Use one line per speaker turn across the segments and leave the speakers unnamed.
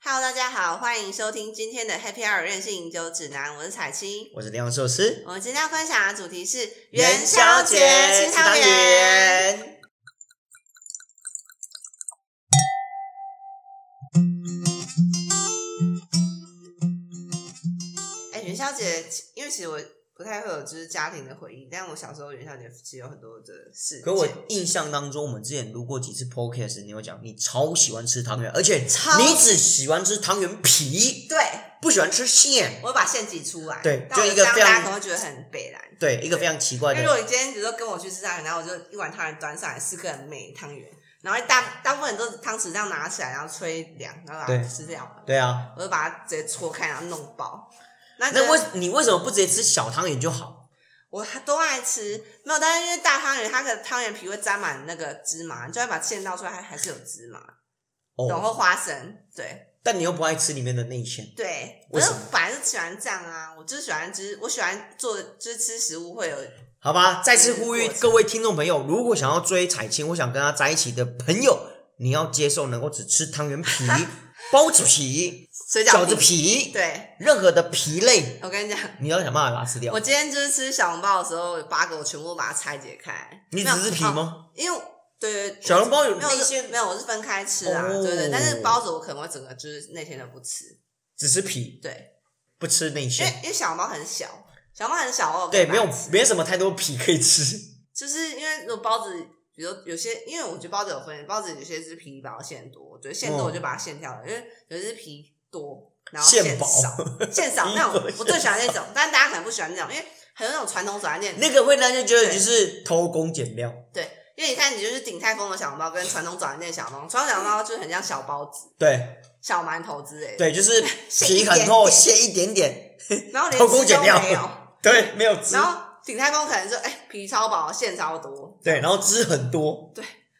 Hello，大家好，欢迎收听今天的 Happy Hour 任性饮酒指南，我是彩七。
我是梁寿司，
我们今天要分享的主题是元宵节吃汤圆。
圆。
哎、元宵节，因为其实我不太会有就是家庭的回忆，但我小时候元宵节其实有很多的事件。
可我印象当中，我们之前录过几次 podcast，你有讲你超喜欢吃汤圆，而且
嗯超
你只喜欢吃汤圆皮，
对
不喜欢吃馅。
我会把线挤出来，
对
但我
就一
这
个
样
非常
大家可能会觉得很北蓝。
对，一个非常奇怪
因为如果
的，
你今天比如说跟我去吃汤圆，然后我就一碗汤圆端上来，四个人每汤圆，然后大大部分人都是汤匙这样拿起来，然后吹凉，然后把它
对
吃掉嘛。
对啊。
我就把它直接戳开，然后弄爆。那
那
我
为你为什么不直接吃小汤圆就好？
我都爱吃，没有，但是因为大汤圆，它的汤圆皮会沾满那个芝麻，你就会把馅倒出来，它还是有芝麻，然
哦，
后花生，对
但你又不爱吃里面的内馅，
对，我
为
就
什么
反正喜欢这样啊，我就喜欢吃，我喜欢做就是吃食物会有
好吧？再次呼吁
嗯
各位听众朋友，如果想要追彩青，或想跟他在一起的朋友，你要接受能够只吃汤圆 皮、包子皮、
水饺
饺子，皮，
对
任何的皮类，
我跟你讲。
你要想办法把它吃掉
我。今天就是吃小笼包的时候，八个我全部把它拆解开。
你
没有
只是皮？
哦
吗？
因为对对，
小笼包有
没有
内
我是
馅
没，有，我是分开吃啊，
哦
对对。但是包子我可能会整个就是那天都不吃，
只吃皮，
对，
不吃内
因为
馅。
因为小猫很小，小猫很小哦，
对，
可
没
以把
有
它吃
没什么太多皮可以吃。
就是因为如果包子，比如有些，因为我觉得包子有分，包子有些是皮薄馅多，我觉得馅多
嗯
我就把它馅掉了，因为有些是皮多，然后
馅
馅
薄
少，馅少
皮
那
多
种我
馅
最喜欢那种，但大家可能不喜欢那种，因为很有那种传统手艺店，
那个会让人觉得
对
你就是偷工减料。
对。因为你看，你就是鼎泰丰的小笼包跟传统早餐店的小笼包，传统小笼包就是很像小包子、
对
小馒头之类的，
对，就是
馅一
皮很
点
厚，
点
馅一点点。
然后连
偷工
汁都
减料
没 有，
对，没有汁
然。后鼎泰丰可能就哎、皮超薄，馅超多，
对，然后汁很多。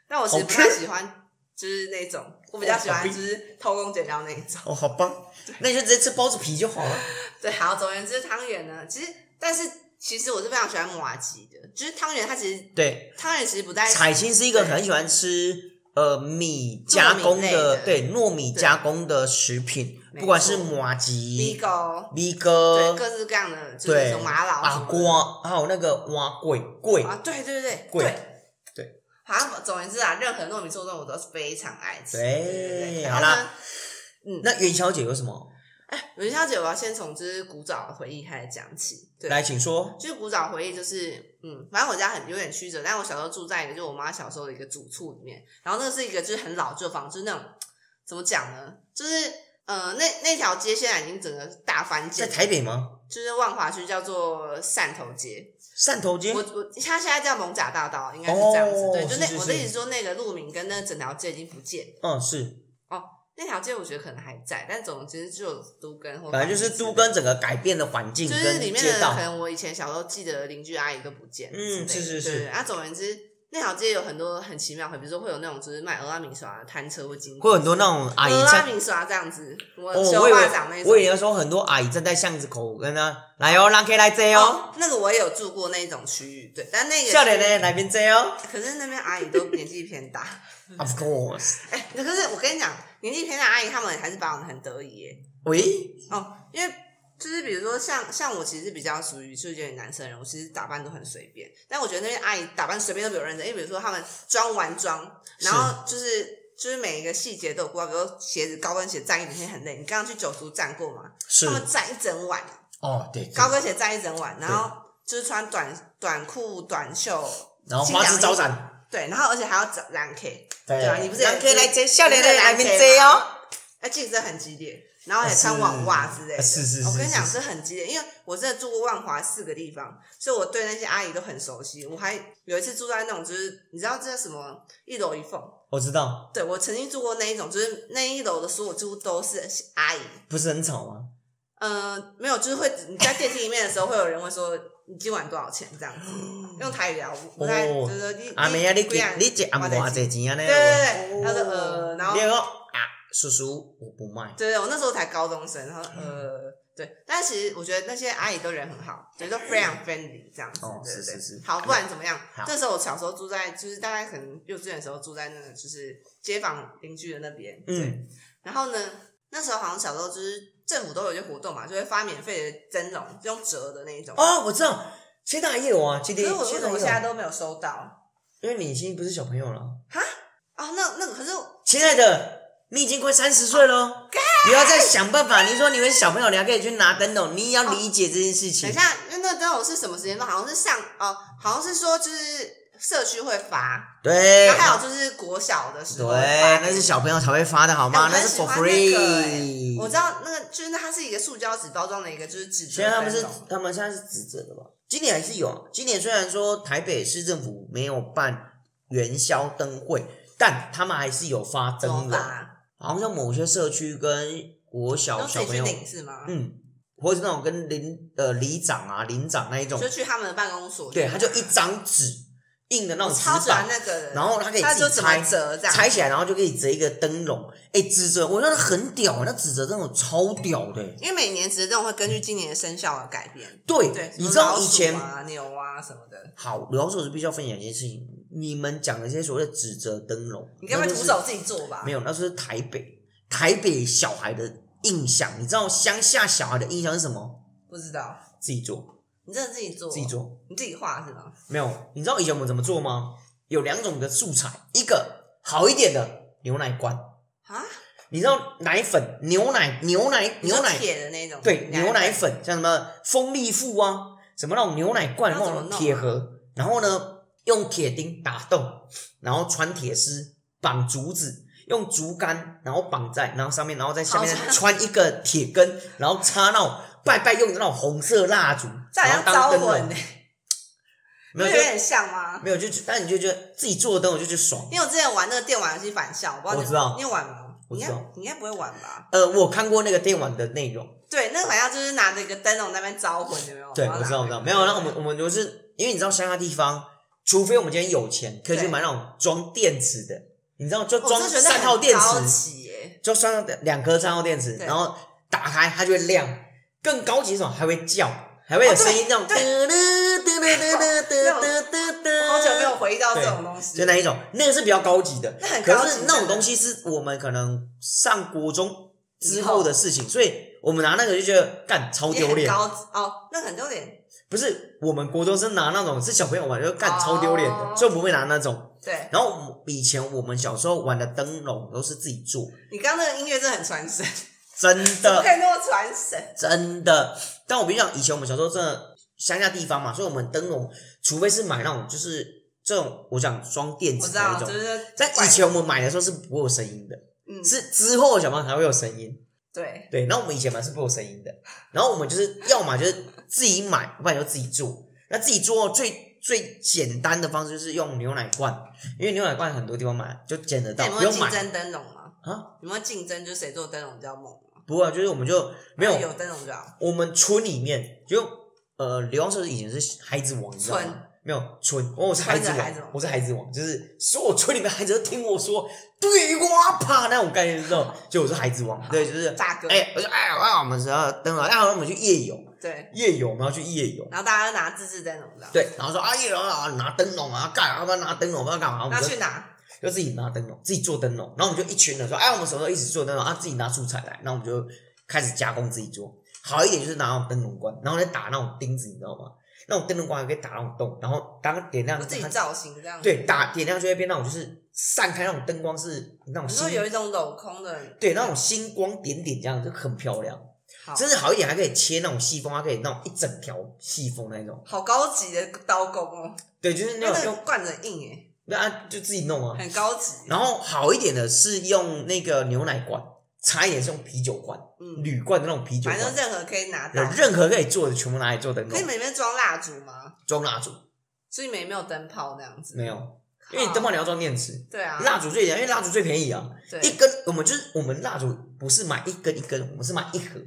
但我其实不
好吃
太喜欢，就是那种，我比较喜欢就是偷工减料那一种。
哦，好吧，那你就直接吃包子皮就好了。
对，好，总而言之，汤圆呢，其实但是其实我是非常喜欢麻吉的，就是汤圆它其实
对，
汤圆其实不在
彩青是一个很喜欢吃呃米加工
糯米类
的
的，
对糯米
对
加工的食品，
没
不管是
错
麻吉、
Bigo，
米
对，
哥、
各式各样的就是
呃对
什么麻老
啊
什么的
瓜，还有那个蛙桂桂，
啊，对对对
贵
对
对。
好像总而言之啊，任何糯米做粽我都是非常爱吃。
对
然
好
后
啦
呢，
那元宵节有什么？
哎，元宵节我要先从就是古早的回忆开始讲起。对，
来，请说。
就是古早回忆，就是嗯，反正我家很有点曲折，但我小时候住在一个就是我妈小时候的一个主厝里面，然后那个是一个就是很老旧房，就是那种怎么讲呢？就是呃，那那条街现在已经整个大翻
在
建，
台北吗？
就是万华区叫做汕头街，
汕头街
我我它现在叫蒙甲大道，应该是这样子。
哦
对，就那
是是
我的
是
意思说，那个路名跟那整条街已经不见，
嗯，是，
那条街我觉得可能还在，但总之就有都跟或
反正就是都跟整个改变的环境
就是里
跟
面
街
的
道
可，能我以前小时候记得的邻居阿姨都不见了之类的，
嗯是是是
对对。那、总而言之，那条街有很多很奇妙的，比如说会有那种就是卖鹅阿米刷的啊摊车会经过，
会有很多那种阿姨
鹅阿
站。
米啊刷这样子，我
哦，
修
我以
巴掌那
为
种。
我以为说很多阿姨站在巷子口跟他来哦，让可以来这哦，
哦，那个我也有住过那种区域，对，但那个
笑脸呢来边这哦。
可是那边阿姨都年纪偏大，
Of course，
哎、可是我跟你讲，年纪偏大的阿姨她们还是保养的很得意耶，
喂，
哦，因为就是比如说像像我其实比较属于就是有点男生人，我其实打扮都很随便，但我觉得那些阿姨打扮随便都比我认真，因为比如说他们妆完妆，然后就是。就是每一个细节都有顾到，比如说鞋子高跟鞋站一整天很累。你刚刚去九族站过吗？
是
他们站一整晚，
哦，对，对
高跟鞋站一整晚，然后就是穿短短裤、短袖，
然后花枝招展，
对，然后而且还要染染 K，
对
啊你不是也
让可以来这，笑脸
你不
呢
是也来
来边这哦。
哎，竞争很激烈，然后也穿网袜之类的。
啊是是是
我跟你讲
是
是很激烈，因为我真的住过万华四个地方，所以我对那些阿姨都很熟悉。我还有一次住在那种就是你知道这叫什么一楼一缝，
我知道，
对我曾经住过那一种，就是那一楼的所有住户都是阿姨。
不是很吵吗？
呃，没有，就是会你在电梯里面的时候，会有人会说你今晚多少钱这样子， 用台语聊，我在
哦
就是说你
阿妹啊，你
几
给
点
你这阿
我
多
在
少钱啊？
对
呢？
对对，
哦
他说呃，然后
第二个啊，叔叔我不卖，
对对，我那时候才高中生，然后呃，对，但其实我觉得那些阿姨都人很好，对，都非常 friendly 这样子，
哦
对对
是
对
是是
好，不管怎么样
好，
那时候我小时候住在，就是大概可能幼稚园的时候住在那个就是街坊邻居的那边，对。
嗯，
然后呢，那时候好像小时候就是政府都有一些活动嘛，就会发免费的蒸笼，用折的那一种。
哦，我知道，现在还有啊，其
可
实
是我为
现
什
在
么现在
还有，
都没有收到
因为你已经不是小朋友了。
啊？那那个可是我
亲爱的，你已经快三十岁喽，你要再想办法。你说你们小朋友，你还可以去拿灯笼，你也要理解这件事
等
情
一。下，因为那灯笼是什么时间段？好像是上哦、好像是说就是社区会发，
对，
然后还有就是国小的时
对
候会发，
那是小朋友才会发的好
哎
吗
我？
那
很
是
喜
for
欢那个哎我
free
知。道那个就是那它是一个塑胶纸包装的一个就是纸折
现在他们
灯
是
笼。
他们现在是指责的吧？今年还是有啊。今年虽然说台北市政府没有办元宵灯会，但他们还是有发
怎
灯
么
笼。
发？
好像某些社区跟国小
都自
小
己
朋
去
友，
领是吗？
嗯，或者是那种跟邻呃里长啊、邻长那一种
就，去他们的办公所。啊
对，他就一张纸印的那
我
种纸
超喜欢
板，
那个的，
然后他可以
他
自
就
己
怎么
拆，
折这样，
拆起来然后就可以折一个灯笼。哎，纸折我觉得很屌，欸那纸折那种超屌的。
因为每年执政会根据今年的生效而改变。
对，
对，什
你
么
知道
老
以
鼠
前
啊、牛啊什么的，
好，刘老师我是必须要分享一件事情，你们讲的这些所谓的纸折灯笼，
你该不
那
会
就
徒
是
手自己做吧？
没有，那是台北台北小孩的印象。你知道乡下小孩的印象是什么？
不知道，
自己做，
你真的自己做？
自己？做。
你自己画是吗？
没有，你知道以前我们怎么做吗？有两种的素材，一个好一点的牛奶罐，
啊？
你知道奶粉、牛奶、牛奶、
你说
牛奶，
铁的那种，
对，牛奶
粉
粉，像什么风力富啊，什么那种牛奶罐
那
那
怎么
种
弄啊
铁盒，然后呢，用铁钉打洞，然后穿铁丝绑竹子。用竹竿，然后绑在，然后上面，然后在下面
好
穿一个铁根，然后插那种拜拜用的那种红色蜡烛，
这好像
然后
招
当灯
魂
笼
呢，，不觉得
没有
有
就
点像吗？
没有就，但你就觉得自己做的灯，我就觉得爽。
因为我之前玩那个电玩游戏反校，我不知道你
我知道
你有玩吗？
我
你应
知
该
道
你应该不会玩吧？
呃，我看过那个电玩的内容，
对，那个反校就是拿着一个灯笼在那边招魂，有没有？
对，
然后
我
拿
知道，我知道，没有。那我们我们就是因为你知道乡下地方，除非我们今天有钱，可以去
对哦
买那种装电池的，你知道，就
我
装
真的觉得
三
很
号电
高
池，
级耶，
就装两颗三号电池，
对
然后打开它就会亮。更高级是什么？还会叫，还会有
哦对
声音那种。
对 我好久没有。回忆到这种东西，
就那一种，那个是比较高级的。
那很高
可
级
是那种东西是我们可能上国中之
以
后
后
的事情，所以我们拿那个就觉得干超
也
丢
很
脸。
高级哦，那很丢脸，
不是我们国中是拿那种是小朋友玩，就干超丢脸的，
哦
所以我不会拿那种。
对
然后我们以前我们小时候玩的灯笼都是自己做，
你刚刚那个音乐真的很传神，
真
怎么
的
可以那么传神？
真的。但我比如讲，以前我们小时候真的乡下地方嘛，所以我们灯笼除非是买那种就是这种，我想装电
我
池
知
那
道，
一
就
种。
是
在以前我们买的时候是不会有声音的，
嗯，
是之后小朋友才会有声音。
对，
对，那我们以前买是不会有声音的，然后我们就是要么就是自己买，不然就自己做。那自己做最最简单的方式就是用牛奶罐，因为牛奶罐很多地方买就捡得
那
到，
你们
不
会
用
竞
买
争灯笼吗？
啊。
有没有竞争？就是谁做灯笼比较猛吗？
不过就是我们就没有，
有灯笼就好。
我们村里面就呃，刘洋社以前是孩子王，你知道
村
吗？没有村，哦我是孩子
村的
王，
孩子王
我是孩子王，就是所有村里面孩子都听我说对瓜啪那种概念，你知道吗？就我是孩子王，对，就是
大哥，
哎、我说哎，啊我们是要灯啊，那我们去夜游，
对，
夜游我们要去夜游。
然后大家都拿自制灯笼的，
对，然后说啊，叶龙啊，拿灯笼啊，干，要不要拿灯笼，要不要干嘛？我们
那
就
去哪？
就自己拿灯笼，自己做灯笼，然后我们就一群人说，哎，我们什么时候一起做灯笼？啊，自己拿素材来，然后我们就开始加工自己做。好一点就是拿那种灯笼罐，然后再打那种钉子，你知道吗？那种灯笼罐还可以打那种洞，然后当点亮
我自己
它
造型这样。
对，打点亮就会变那种就是散开那种灯光啊是那种
你
星
说有一种镂空的，
对那种星光点点这样就很漂亮，
好
甚至好一点还可以切那种细缝，还可以那种一整条细缝那种，
好高级的刀工哦，
对，就是那
那
种
个
用
罐子很硬
那啊就自己弄啊
哎，，很高级。
然后好一点的是用那个牛奶罐，差一点是用啤酒罐、
嗯，
铝罐的那种啤酒
反正
罐，
任何可以拿到
有。任何可以做的全部拿来做灯
可
笼
以，里面装蜡烛吗？
装蜡烛
所以你们也没有灯泡那样子。
没有，因为你灯泡你要装电池，
对啊，
蜡烛最简单，因为蜡烛最便宜啊，
对
一根我们就是我们蜡烛不是买一根一根，我们是买一盒，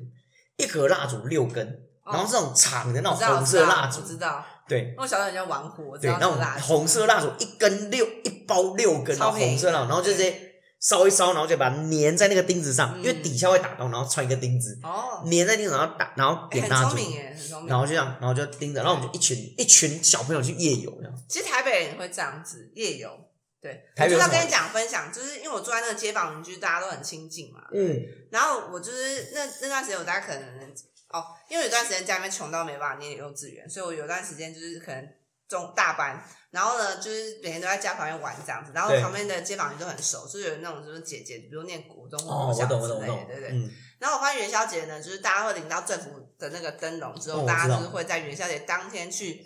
一盒蜡烛六根，
哦
然后是那种长的那
我知
种
道
红色蜡烛
我，知道，
对。
因为我小时候人家玩火，我知
对，
道
那
那
种
个蜡烛，
红色蜡烛一根六一包六根，然
超
后
便宜
红色蜡烛，然后就直接烧一烧，然后就把它粘在那个钉子上，
嗯
因为底下会打洞，然后穿一个钉子，
哦，
粘在钉子，然后打，然后
哎
点
很
蜡
聪
烛，
明耶，很聪
然
明。
后就这样，然后就盯着，然后我们就一群一群小朋友去夜游，这样
其实台北人会这样子夜游，对，
台
我
北
就
有
要
什么
跟你讲分享，就是因为我住在那个街坊邻居，大家都很亲近嘛。
嗯，
然后我就是那那段时间，我大概可能哦，因为有段时间家里面穷到没办法念幼稚园，所以我有段时间就是可能中大班，然后呢就是每天都在家旁边玩这样子，然后
对
旁边的街坊邻居都很熟，就是有那种就是姐姐，比如念国中或
哦，我
者
懂，
国
我
小之
懂，我
类的，
懂
对对，对。
嗯，
然后我发现元宵节呢，就是大家会领到政府的那个灯笼之
哦
后，
我
大家
知道
就是会在元宵节当天去，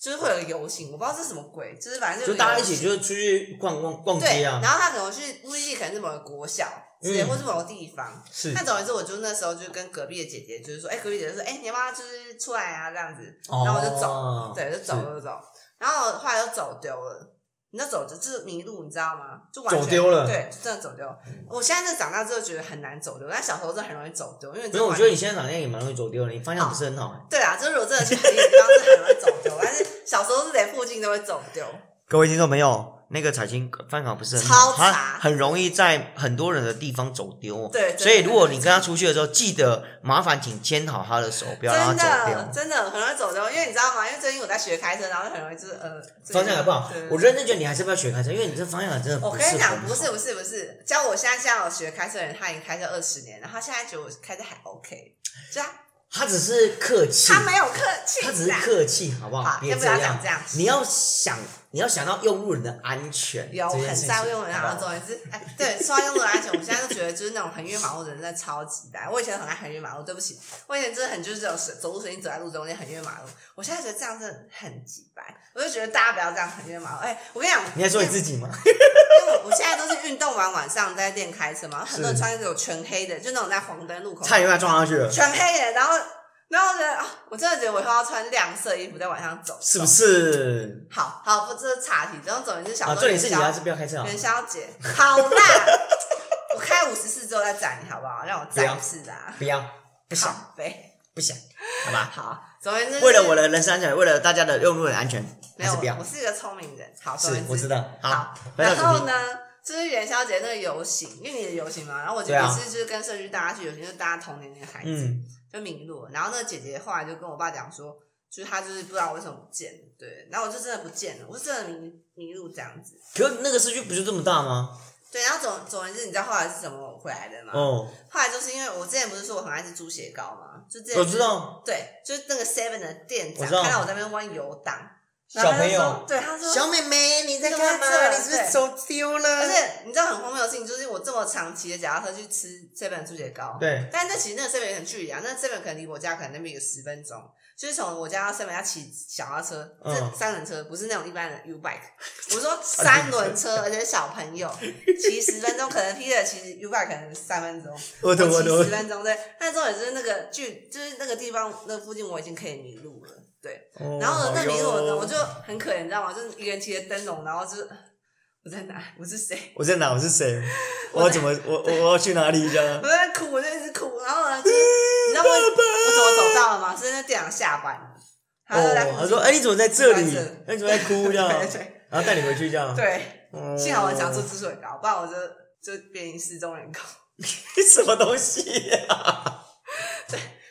就是会有游行，我不知道这是什么鬼，就是反正
就
有
大家
游
一起
行
就是出去逛逛逛
对，
街啊
然，后他可能去估计可能是某个国小之类，
嗯
或是某个地方。
是
那总而言之，我就那时候就跟隔壁的姐姐就是说，哎、隔壁姐姐说，哎、你要不要就是出来啊这样子？
哦，
然后我就
走
对，就走
是
了就走，然后后来就走丢了。你那走就是迷路，你知道吗？就完全
走丢了嗯
对，真的走丢了。我现在这长大之后觉得很难走丢，但小时候真的很容易走丢，因为你
没
真
有，
的
我
完
觉
全
得你现在长相也蛮容易走丢的，你方向不是很好。
对啊，就是我真的去别的地方是很容易走丢，但是小时候是连附近都会走丢。
各位听众朋友，那个彩青方向不是很好，
超
他
杂
很容易在很多人的地方走丢。哦
对真的
所以如果你跟他出去的时候，记得麻烦请牵好他的手，不要让
真
他走
的
丢。
真的很容易走丢，因为你知道吗？因为最近我在学开车，然后很容易就是呃
方向感不好
对对，对
我认真觉得你还是不要学开车，因为你这方向感真的
我
不是
跟你
很好。
讲，不是不是不是，教我现在教我学开车的人，他已经开车二十年，然后他现在觉得我开车还 OK，这样
他只是客气，
他没有客气
他
啦，
只是客气，好不好？
好
别
要不
这
要讲
样
这，样？
你要想，你要想到用路人的安全，
有
这件
很
事情
在乎用人
好不
啊，
好
总而言之，哎，对，说到用人安全，我现在就觉得就是那种横越马路的人真的超级呆。我以前很爱横越马路，对不起，我以前真的很就是这种神走路神经走在路中间横越马路。我现在觉得这样真的很鸡掰，我就觉得大家不要这样横越马路。哎，我跟你讲，
你还说你自 己吗？
因为我我现在都是运动完晚上在练开车嘛，很多人
是
穿那种全黑的，就那种在黄灯路口
差点被他撞上去了，
全黑的，然后然后我觉得啊、我真的觉得我以后要穿亮色衣服在晚上走，
是不？是？
好好，不，这是岔题。然后总而言之，小时
啊，
候
重点是你
比较
还是不要开车啊。
元宵节，好啦，我开五十四之后再载你好不好？让我载一次啊，
不要，不想，
好呗，
不想，好吧？
好。总而言之就是，
为了我的人身安全，为了大家的用路人安全，
没
还是
有
不要
我，。是一个聪明人。好，总而
是
言，之
我知道。好
好，
回到
然后
主题，
呢，就是元宵节那个游行，因为你的游行嘛，然后我就
对啊
每次就是跟社区大家去游行，就是大家同年龄的孩子、
嗯，
就迷路了。然后那个姐姐后来就跟我爸讲说，就是她就是不知道为什么不见了，对，然后我就真的不见了，我是真的迷迷路这样子。
可是那个市区不就这么大吗？
对，然后总总而言之，你知道后来是怎么回来的吗？
哦，
后来就是因为我之前不是说我很爱吃猪血糕吗？就之前
我知道，
对，就是那个 Seven 的店
我
长
知道
看到我在那边玩游荡，然后
小
他
朋
就说
友，
对他说，
小妹妹哎你在
在
干嘛
这？
你是不是
对
走丢
而
了？
且你知道很荒谬的事情，就是我这么长期的脚踏车去吃 Seven 猪血糕，，
对，
但那其实那个 Seven 很距离啊，那 Seven 可能离我家可能那边有十分钟，就是从我家到 Seven 要骑小踏车，
嗯
这三轮车不是那种一般的 U bike，我说三轮车，而且小朋友骑十分钟，可能 Peter 骑 U bike 可能三分钟。
我懂我懂
十。分钟对，但重点是那个距，就是那个地方那附近我已经可以迷路了，对。
哦
然后呢，那
好哟
迷路了呢，我就很可怜，你知道吗？就是一个人骑着灯笼，然后就是 我在哪，我是谁，
我在哪？我是谁？我要怎么？我我我要去哪里？这 样
我在哭，我就一直哭。然后呢，就是你知道我我怎么走到了吗？是那店长下班了，他就在
哦，他说：“哎，你怎么在这里
在这？
哎，你怎么在哭？”这样，
对对
然后带你回去这样。
对，
哦
幸好我讲 出出水糕，不然我就就变成失踪人口。
什么东西啊？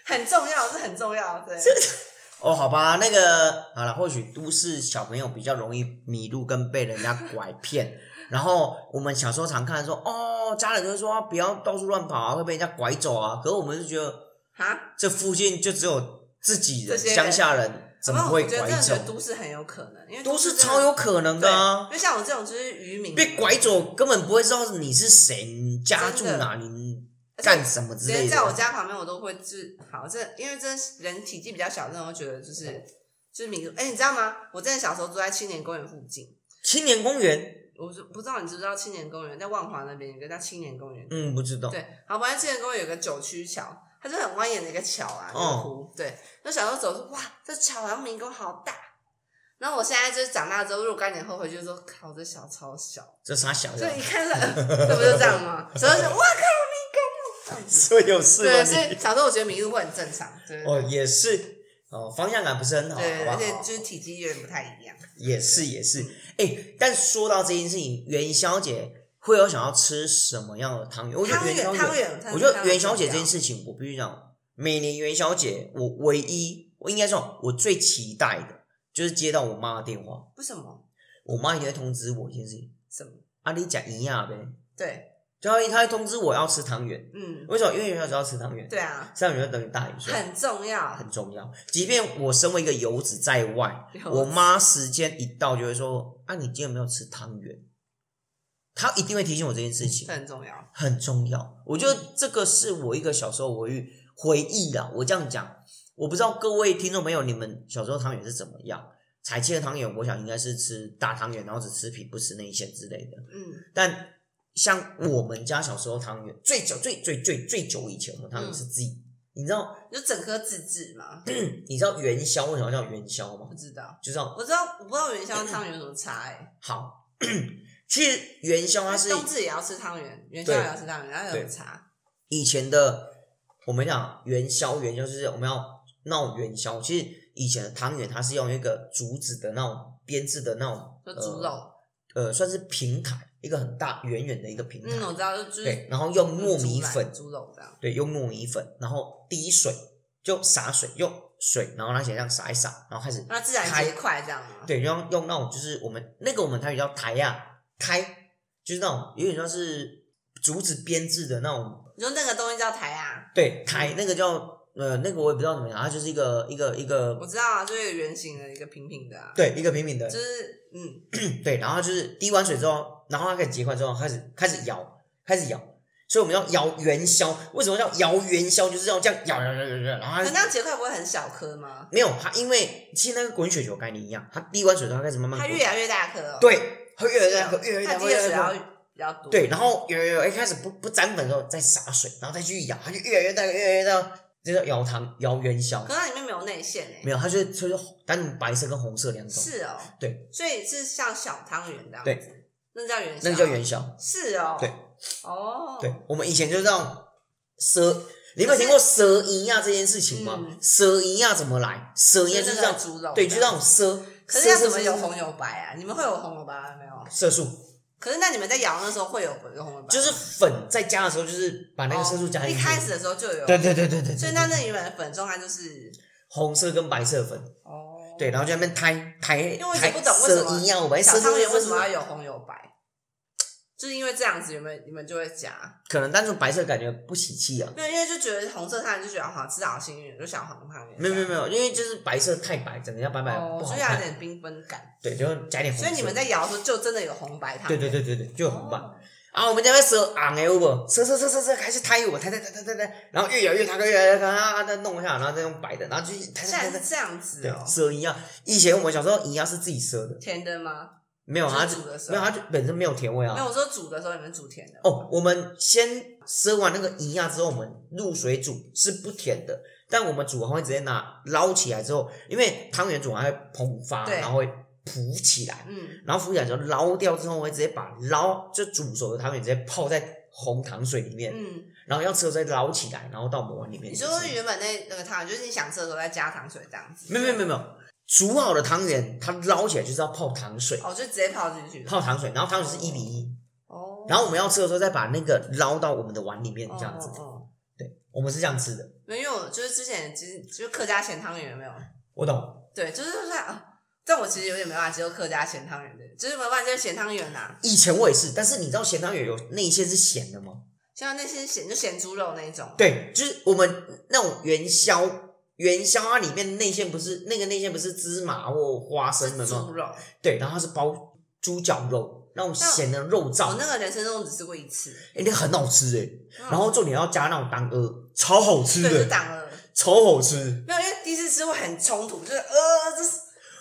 很重要，是很重要，对，
哦，好吧，那个好了，或许都市小朋友比较容易迷路跟被人家拐骗。 然后我们小时候常看说，哦，家人就说不要到处乱跑啊，会被人家拐走啊。可是我们是觉得
哈。
这附近就只有自己人，
这些人哦
乡下人怎么会
我觉得
拐
真的觉
走
得？都市很有可能，因为
都市
真的
超有可能的啊
对，因！为像我这种就是渔民，
被拐走根本不会知道你是谁，你家住
真的
哪，你干什么之类
连
的。
在我家旁边我都会就是好，这因为这人体积比较小，真的会觉得就是就是民族。哎、你知道吗？我之前小时候住在青年公园附近，
青年公园，
我就不知道你知不知道青年公园在万华那边有一个叫青年公园，
嗯，不知道。
对，好，反正青年公园有个九曲桥，它是很蜿蜒的一个桥啊，一个
哦
湖。对，那小时候走说哇，这桥好像民工好大。然后我现在就是长大之后，若干年后回去说，靠，这桥超小，
这啥小啊
所
的
以？一看是，呃这不就这 样吗？所以就哇靠，民工，
所以有事吗
对，
你
所以小时候我觉得迷路会很正常，对
哦，也是哦，方向感不是很好，
对，
好
而
不
且
好？
就是体积有点不太一样。
也是也是，哎、但说到这件事情，元宵节会有想要吃什么样的汤圆？我觉得
汤
元
圆，
宵
汤
节，
圆，
我觉得元宵节这件事情，我必须讲，每年元宵节我唯一，我应该说我最期待的就是接到我妈的电话，
为什么？
我妈一定会通知我一件事情，
什么？
啊，你讲一样呗。
对，
就他会他会通知我要吃汤圆，
嗯，
为什么？因为元宵只要吃汤圆，
对啊，
汤圆就等于大元宵，
很重要。
很重要。即便我身为一个游子在外，
有
我妈时间一到就会说：“啊，你今天有没有吃汤圆？”她一定会提醒我这件事情
这，很重要。
很重要。我觉得这个是我一个小时候我遇回忆啦。我这样讲，我不知道各位听众朋友你们小时候汤圆是怎么样。彩切的汤圆，我想应该是吃大汤圆，然后只吃皮不吃内馅之类的。
嗯，
但像我们家小时候汤圆，最久最最最最久以前，我们汤圆是自己。你知道
就整颗自制嘛？
你知道元宵为什么叫元宵吗
不？知道，
就知道
我知道，我不知道元宵汤圆有什么差哎。
好， 其实元宵嗯它是
啊冬至也要吃汤圆，元宵也要吃汤圆，然后有什么差？
以前的我们讲元宵，元宵就是我们要闹元宵。其实以前的汤圆它是用一个竹子的那种编制的那种
就猪肉，
呃，呃，算是平台，一个很大圆圆的一个平台，
嗯，我知道，就就是
对，然后用糯米粉，
猪肉这样。
对，用糯米粉，然后滴水就洒水，用水，然后拿起来这样洒一洒，然后开始
那自然
开
结块这样吗？
对，用用那种就是我们那个我们台语叫台呀、开，就是那种有点像是竹子编制的那种，
你说那个东西叫台啊？
对，台那个叫呃那个我也不知道怎么样，它就是一个一个一
我
个
知道啊，就是一个圆形的一个平平的啊，
对一个平平的
就，是嗯，
对，然后就是滴完水之后，然后它开始结块之后，开始开始摇，开始摇。所以我们要摇元宵，为什么叫摇元宵？就是要这样摇摇摇摇摇，然后
可
它
那样结块不会很小颗吗？
没有它，因为其实那个滚雪球概念一样，它滴完水之后它开始慢慢
它
滚，
越来越大颗哦。
对，它越来
是
越大
啊，
颗，越来越
它
大
滴
颗，越
的水
来越
要
大颗
比较多。
对，然后有有有，一开始不不沾粉的时候再洒水，然后再继续摇，它就越来越大，越来越大，这叫摇糖摇元宵
可。是它里面没有内馅欸诶、
没有，它就是就是单白色跟红色两种，
是哦，
对，
所以是像小汤圆这样子，
对，
那叫元宵，
那个叫元宵。
是哦，
对，
哦，
对，，我们以前就是这种蛇，你有没有听过蛇银亚这件事情吗
嗯？
蛇银亚怎么来？蛇银亚就是这样，
猪肉，
对，就是那种。蛇。
可是要
蛇
怎么有？
蛇
红有白啊？你们会有红有白吗没有？
色素
可是那你们在摇那时候会有有红有白吗，
就是粉在加的时候，就是把那个色素加
哦
进
一
去。
开始的时候就有，
对，对对对对对。
所以那那原本的粉中它就是
红色跟白色粉，
哦，
对，，然后就在那边抬抬
因为我一直
抬
不懂为什么
蛇银亚，我白
小
色
汤
素
圆为什么要有红有白？就是因为这样子，你们你们就会夹，
可能单纯白色感觉不喜气啊。
因为因为就觉得红色汤圆就觉得好像吃好幸运，就想红汤圆。
没有没有没有，因为就是白色太白，整个要白白
哦
不，好
所以要有点
看。
缤纷感。
对，就加点红色。
所以你们在摇的时候，就真的有红白汤。
对对对对对，就很棒。
哦。
啊，我们这边蛇昂哎，我蛇蛇蛇蛇蛇还是抬我，抬抬抬抬抬抬，然后越摇越大个，越摇越大，啊，再弄一下，然后再用白的，然后就抬
现在
抬抬
是
抬。
这样子
对啊
哦，，
蛇一样。以前我们小时候一样是自己蛇的，
甜的吗？
没有它就
就是煮的时
没
候
有它就本身没有甜味
没有，
啊。
我说煮的时候你们煮甜的。
哦，我们先蛇完那个银亚之后，我们入水煮是不甜的，但我们煮完会直接拿捞起来之后，因为汤圆煮完会膨发，
对
然后会浮起来。
嗯，
然后浮起来之后捞掉之后，会直接把捞就煮熟的汤圆直接泡在红糖水里面，
嗯，
然后要吃的时候再捞起来，然后到模碗里面
你
去吃。
说原本那那个汤圆，就是你想吃的时候再加糖水这样子。
没有没有没有没有，煮好的汤圆它捞起来就是要泡糖水，
哦，就直接泡进去。
泡糖水，然后汤水是一比一，
哦。
然后我们要吃的时候再把那个捞到我们的碗里面这样子
哦。哦哦
对，我们是这样吃的，
没有，就是之前其实就是客家咸汤圆有没有？
我懂。
对，就是说啊，但我其实有点没办法接受客家咸汤圆的，就是没办法接受咸汤圆啊呐。
以前我也是，但是你知道咸汤圆有内馅是咸的吗？
像那些咸就咸猪肉那一种，
对，就是我们那种元宵，元宵它里面内馅不是那个内馅不是芝麻或花生的
是
吗
猪？肉。
对，然后它是包猪脚肉，那种咸的肉
我
燥，
那个人生中只吃过一次，
哎、那很好吃哎、
然
然后重点要加那种当鹅，超好吃
对，
的
就，挡了。
超好吃，
没有，因为第一次吃会很冲突，就是呃，这是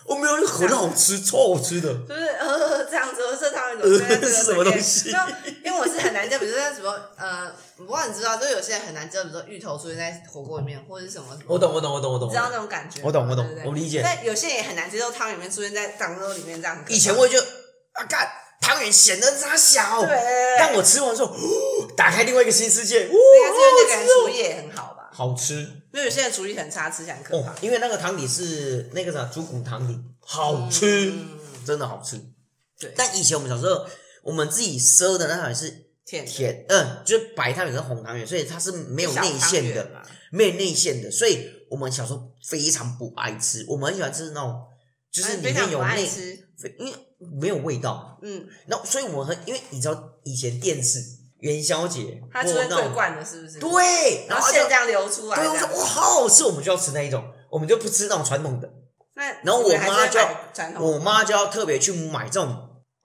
我没有，那很好 吃，超好吃的。
就是呃这样子，我这汤圆怎么现在这个
呃是什么东西
就因为我是很难叫，比如说像什么呃，我不知道你知道，就是有些人很难叫，比如说芋头出现在火锅里面，或者是什么什么，
我懂，我懂，我懂，我懂
你知。道那种感觉吗，
我懂我懂
对不对
我理解
但有些人也很难接受汤圆里面出现在挡肉里面这样子。
以前我就啊，干汤圆咸的扎小，
对，
但我吃完之后， 哦打开另外一个新世界，哇，
应该是因为那个
好
人
吃哦
厨艺也很好吧？
好吃
因为有些人厨艺很差，吃起来很可怕
哦，。因为那个汤底是那个啥猪骨汤底，好吃，
嗯
真的好吃。
对，
但以前我们小时候，我们自己赊的那汤圆是
甜的
甜，嗯，就是白汤圆跟红汤圆，所以它是没有
小
内馅
汤
的
圆，嘛，
没有内馅的，所以我们小时候非常不爱吃，我们很喜欢吃那种，就是
哎
里
非常
面
不
有
爱
内，
吃。
非因为没有味道。
嗯，
那所以我很，因为你知道以前电视元宵节，
它出
或
现
那
桂
种
冠的是不是？，
对，
然
然
后
后
现在
就
这样流出来这
对，我
样。
说哇好好吃，我们就要吃那一种，我们就不吃那种传统的。
那
然后
你们
我
还是
妈
会
就
买传统
我妈就要特别去买这种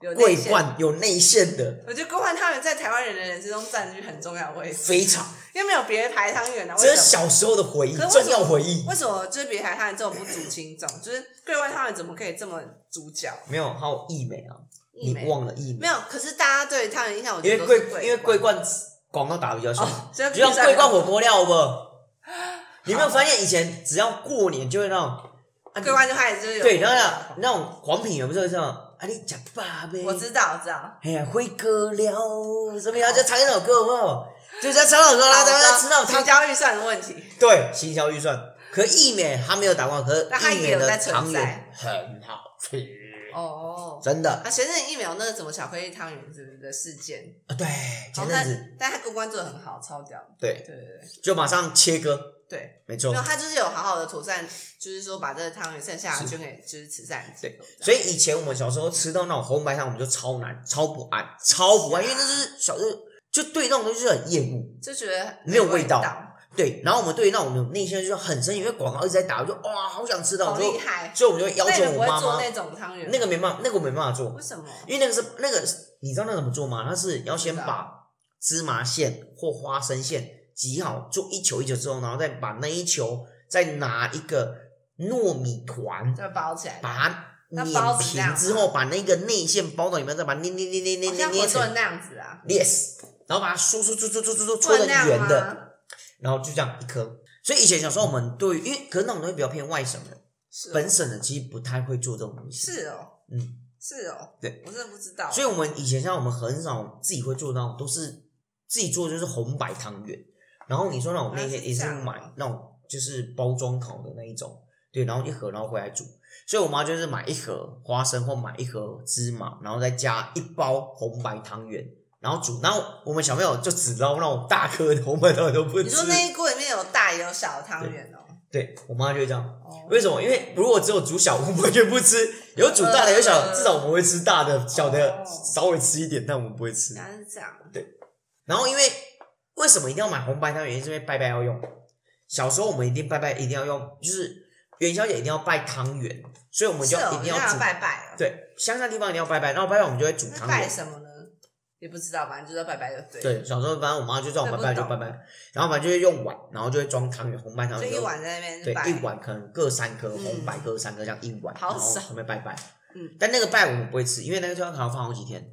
有内
桂
馅。
冠有内馅的，
我觉得桂冠汤圆在台湾人的人生中占据很重要的位置，
非常
因为没有别的排汤圆啊。为
这是
什么？
小时候的回忆，
可是为
重
什么
要回忆。
为什么就是别的排汤圆这种不足轻重？就是桂冠汤圆怎么可以这么主角？
没有，还有益美啊，
一
你
枚
忘了益
没
美？
有，可是大家对汤圆印象，我
因
觉
为
得
桂
都是
因为桂冠广告打比较凶，
哦，就
就像桂冠火锅料不？你没有发现以前只要过年就会那种啊你
桂冠就开始就是有
对，然后那那种黄品也不是这样啊，你吃吧呗，
我知道，我知道，
哎呀，辉哥了，什么呀？就唱一首歌好不好？就是要唱那首歌啦，咱们要吃那种
成
汤。
交预算的问题。
对，行销预算。可益美它没有打广告，可
但它
是益
也
美
有
的
在存
汤圆
在
很好吃，
哦，
真的。
啊，前阵疫苗那个什么巧克力汤圆是不是的事件？
啊，对，前
好
阵子
但但他公关做的很好，超屌。
对
对，对对
就马上切割，
对，
没错
没有。他就是有好好的妥善，就是说把这个汤圆剩下的捐给就是慈善机
对
构。，
所以以前我们小时候吃到那种红白糖，我们就超难、超不爱、超不爱，
啊
因为那是小时候就对那种东西就很厌恶。
就觉得
没有味
味
道对，然后我们对那种有内心就是很深，因为广告一直在打，我就哇，好想吃到，
好
我就
厉害。
所以我们就要
那
求
你们不
我妈
会做
妈，
那种汤圆吗，
那个没办法，那个我没办法做
为，什么？
因为那个是那个是你知道那个怎么做吗？它是要先
不知道
把芝麻馅或花生馅挤好，做一球一球之后，然后再把那一球再拿一个糯米团
就包起来，
把它
那
碾
包子这样
平
吗
之后，把那个内馅包到里面，再把它捏捏捏捏捏
好
捏
像
捏
馄
成
饨那样子啊，
yes，然后把它搓搓搓搓搓搓搓
不
搓
能
成
那样啊
圆的，
吗？
然后就这样一颗。所以以前小时候我们对于，因为可是那种东西比较偏外省人，
是哦
本省人其实不太会做这种东西。，
是哦，
嗯，
是哦，
对，
我真的不知道。
所以我们以前像我们很少自己会做那种，都是自己做就是红白汤圆。然后你说那种那些
啊是
也是
这样哦
买那种就是包装好的那一种，对，然后一盒然后回来煮。所以我妈就是买一盒花生或买一盒芝麻，然后再加一包红白汤圆，然后煮。然后我们小朋友就只捞那种大颗的红白汤圆都不吃。
你说那一锅里面有大也有小的汤圆哦，
对我妈就会这样。
哦
为什么？因为如果只有煮小，我们完全不吃；有煮大的，有小的，
呃
至少我们会吃大的，小的
哦
稍微吃一点，但我们不会吃
原。来是这样，
然后因为为什么一定要买红白汤圆？是因为拜拜要用。小时候我们一定拜拜一定要用，就是元宵节一定要拜汤圆，所以我们
是
就
哦，
一定
那
煮。
拜拜哦。
对，乡下地方一定要拜拜，然后拜拜我们就会煮
那
汤
拜
圆。
什么呢？也不知道，反正就是拜拜就对。，
对，小时候反正我妈就叫我们拜拜
这
就
不
拜
懂
拜，然后反正就会用碗，然后就会装汤圆，红白汤
就
圆
一
就
碗在那
对
边拜，，
一碗可能各三颗，
嗯
红白各三颗，这样一碗，
好
然后
少
后面拜拜。
嗯，
但那个拜我们不会吃，因为那个地方可能要放好几天，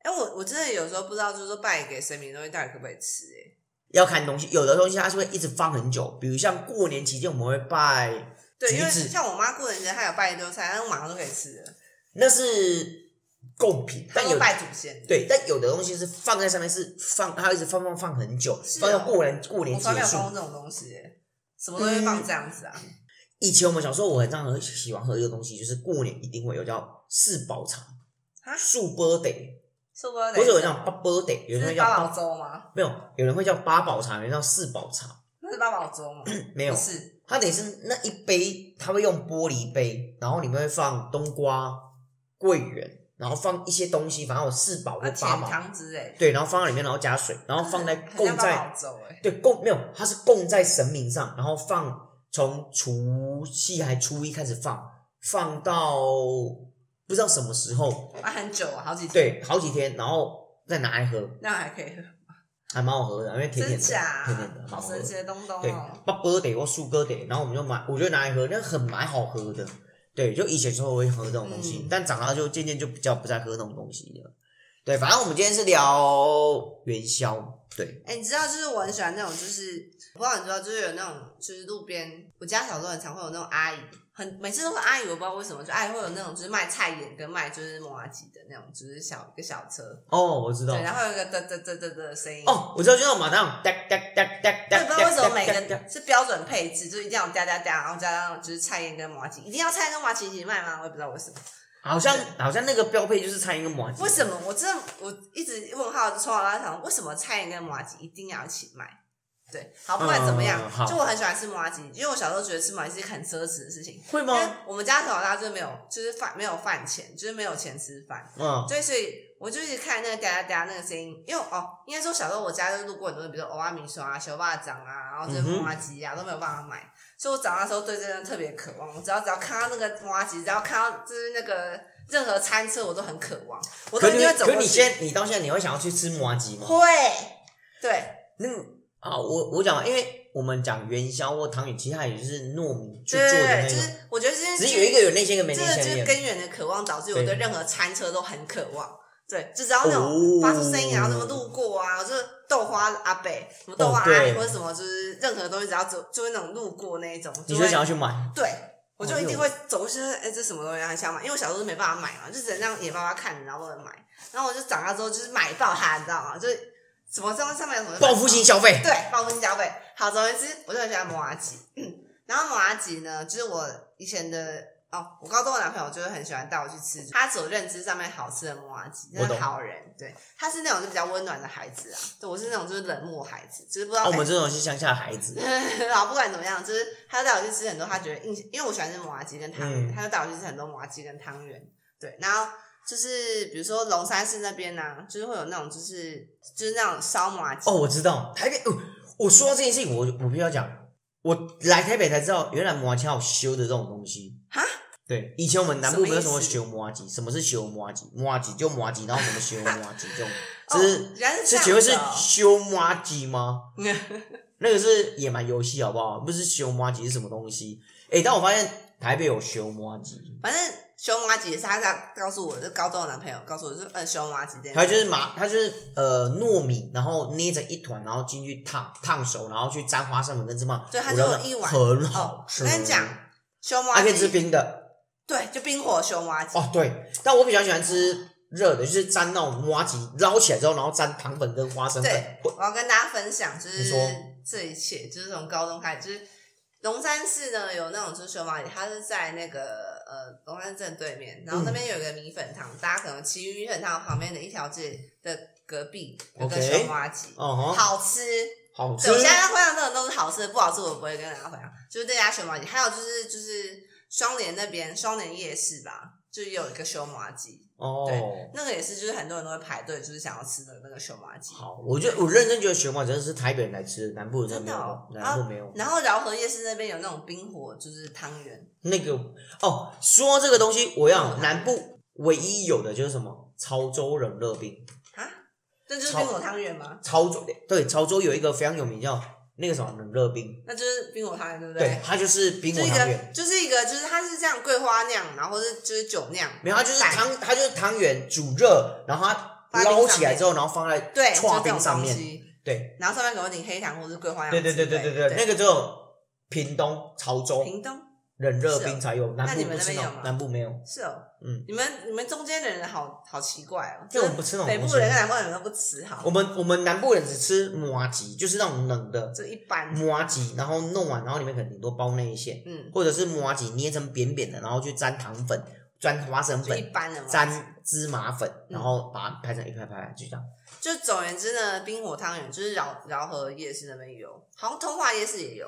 哎，我我真的有时候不知道，就是说拜给神明的东西到底可不可以吃？哎，
要看东西，有的东西它是会一直放很久，比如像过年期间我们会拜，
对，因为
橘子
像我妈过年前她有拜一桌菜，她马上就可以吃了，
那是贡品，
她
但有
都拜祖先。
对，但有的东西是放在上面是放，它一直放放放很久，
是哦
放到过年过年
我从来
结
没有碰。
束嗯
过这种东西，哎什么东西放这样子啊？
以前我们小时候我很常喝喜欢喝一个东西，就是过年一定会有叫四宝茶
啊，
树波得，
是不是？
或者有叫八波得，有人
是
会叫
八宝粥吗？
没有，有人会叫八宝茶，有人叫四宝茶，
那是八宝粥吗？
没有
不，是，
它等于是那一杯，它会用玻璃杯，然后里面会放冬瓜、桂圆，然后放一些东西，反正有四宝或
那
八
甜
宝，
啊汤之类的，
对，然后放到里面，然后加水，然后放在
很
供
像八
在
宝粥哎。
对供没有，它是供在神明上，然后放从除夕还初一开始放，放到不知道什么时候，
啊，很久啊，好几天，
对，好几天，然后再拿来喝，
那还可以喝，
还蛮好喝的，因为甜
真
甜的，
假啊
甜甜的，？蛮
好
喝的
神。奇的东东
对
哦。，
八哥得或树哥得，然后我们就买，我就拿来喝，那很蛮好喝的。对，就以前时候我会喝这种东西，
嗯
但长大就渐渐就比较不再喝那种东西了。对，反正我们今天是聊元宵，对，
哎、你知道，就是我很喜欢那种，就是我不知道你知道，就是有那种，就是路边，我家小时候很常会有那种阿姨，很每次都是阿姨，我不知道为什么，就阿姨会有那种就是卖菜盐跟卖就是麻吉的那种，就是小一个小车，
哦，我知道
对，，然后有一个嘚嘚嘚嘚嘚的声音。
哦，我知道，就那种马上哒哒哒哒
我
哒
也不知道为什么每
哒哒，
个是标准配置，就是一定要有加加加，然后加上就是菜盐跟麻吉，一定要菜跟麻吉一起卖吗？我也不知道为什么。
好像好像那个标配就是餐饮跟麻吉，
为什么我真的我一直问号，从小到大想为什么菜跟麻吉一定要一起卖？对，好，不管怎么样
嗯，好
就我很喜欢吃麻吉，因为我小时候觉得吃麻吉是一个很奢侈的事情。
会
因为
吗？
我们家从小到大就没有，就是饭没有饭钱，就是没有钱吃饭，
嗯，
对，所以我就一直看那个哒哒哒那个声音，因为哦，应该说小时候我家就路过很多，比如说欧阿米刷啊、小霸掌啊，然后这
嗯哼
麻吉啊、都没有办法买，所以我长大的时候对这个特别渴望。我只要只要看到那个麻吉，只要看到就是那个任何餐车，我都很渴望，我都
可
一
你
定会走
可
过
你
去。
现在你到现在你会想要去吃麻吉吗？
会，对，
那个啊，我我讲，因为我们讲元宵或糖圆，其实它也就是糯米去做的
对，
那
就
种，
是我觉得这
只
是
是有一个有内馅跟没
这
内
个就
馅啊
是
的。
根源的渴望，导致我对
对
任何餐车都很渴望。对，就只要那种
哦
发出声音，然后什么路过啊，就是豆花阿北，什么豆花
哦
阿
对
里或者什么，就是任何东西，只要走就是那种路过那一种，
你
会
就想要去买，
对，我就
哦
一定会走过去，哎、这什么东西啊很想买，因为我小时候是没办法买嘛，就只能让眼爸爸看，然后我买。然后我就长大之后就是买爆它，你知道吗？就是什么上上面有什么
报复性消费。
对，报复性消费。好，总而言之，我就很喜欢摩阿吉。 然后摩阿吉呢，就是我以前的哦，我高中的男朋友就是很喜欢带我去吃他所认知上面好吃的摩阿吉，
我
真的
懂
好人。对，他是那种就比较温暖的孩子啊，对我是那种就是冷漠孩子，就是不知
啊，
道
我
该
们这种是乡下的孩子，
好，不管怎么样，就是他就带我去吃很多他觉得印象，因为我喜欢吃麻鸡跟汤圆，
嗯
他就带我去吃很多麻鸡跟汤圆。对，然后就是比如说龙山寺那边呢、啊就是会有那种就是就是那种烧麻鸡。
哦，我知道台北。哦我说到这件事情，我我必须要讲，我来台北才知道，原来麻吉还有修的这种东西。
哈？
对，以前我们南部没有什
什么
么
意思
修麻吉，什么是修麻吉？麻吉就麻吉，然后什么修麻吉这 种，
哦
只是
原来是这
是
样
请问
子
是
哦
修麻吉吗？那个是野蛮游戏好不好？不是修麻吉是什么东西？哎、但我发现台北有修麻吉，
反正熊麻吉也是他在告诉我，就高中的男朋友告诉我，就是呃熊麻吉这
它
样。
就是麻，它就是呃糯米，然后捏成一团，然后进去烫烫熟，然后去沾花生粉跟芝麻。
对它
我
就有
觉得
一碗
很
哦
好，吃。
我跟你讲，熊麻
还可以
吉
吃冰的
对，就冰火熊麻吉。
哦，对，但我比较喜欢吃热的，就是沾那种麻吉，捞起来之后，然后沾糖粉跟花生粉。
对，
会
我要跟大家分享，就是
你哎说
这一切，就是从高中开始，就是龙山寺呢有那种就是熊麻里，它是在那个呃龙山镇对面，然后那边有一个米粉汤，大家可能其余米粉汤旁边的一条街的隔壁有个
OK
熊麻吉。
哦、
好吃，
好吃
对，我现在分享这种都是好吃的，不好吃我不会跟大家分享。就是这家熊麻鸡，还有就是就是双连那边双连夜市吧，就有一个熊麻鸡，
哦。
那个也是就是很多人都会排队，就是想要吃的那个熊麻鸡。
好，我觉得我认真觉得熊猫真的是台北人来吃的，南部人真的没有，
真的哦
南部没有。
然后饶河夜市那边有那种冰火，就是汤圆，
那个哦，说这个东西，我要
嗯
南部唯一有的就是什么潮州冷热冰，
那就是冰火汤圆吗？
潮州对潮州有一个非常有名叫那个什么冷热冰，
那就是冰火汤圆，对不
对，它就是冰火
就是一个
汤圆，
就是一个就是它是这样桂花酿，然后是就是酒酿，
没有，它就是
蛋
汤，它就是汤圆煮热，然后
放
它
在冰
捞
上
起来
面
之后，然后放在
对，就是
串
这
冰
种
上
东
面，
西。
对，
然后上面可能顶黑糖或是桂花酿
对
之
对
类的。
对对对对，那个只有屏东潮州
屏东
冷热
是哦
冰才有，南
你
部
们
不
那
吃
边
那
有
种
吗
南部没有，
是哦，
嗯，
你们你们中间的人好好奇怪哦，
就我们不吃那种
北部
东西
人跟南部人都不吃好，
我们我们南部人只吃麻吉，就是那种冷的。
就一般，
麻吉，然后弄完，然后里面可能顶多包内馅，
嗯，
或者是麻吉捏成扁扁的，然后去沾糖粉、沾花生
就一
粉、
般的嘛。
沾芝麻粉，然后把它拍成一排排，就这样。
就总而言之呢，冰火汤圆就是饶饶河夜市那边有，好像通化夜市也有，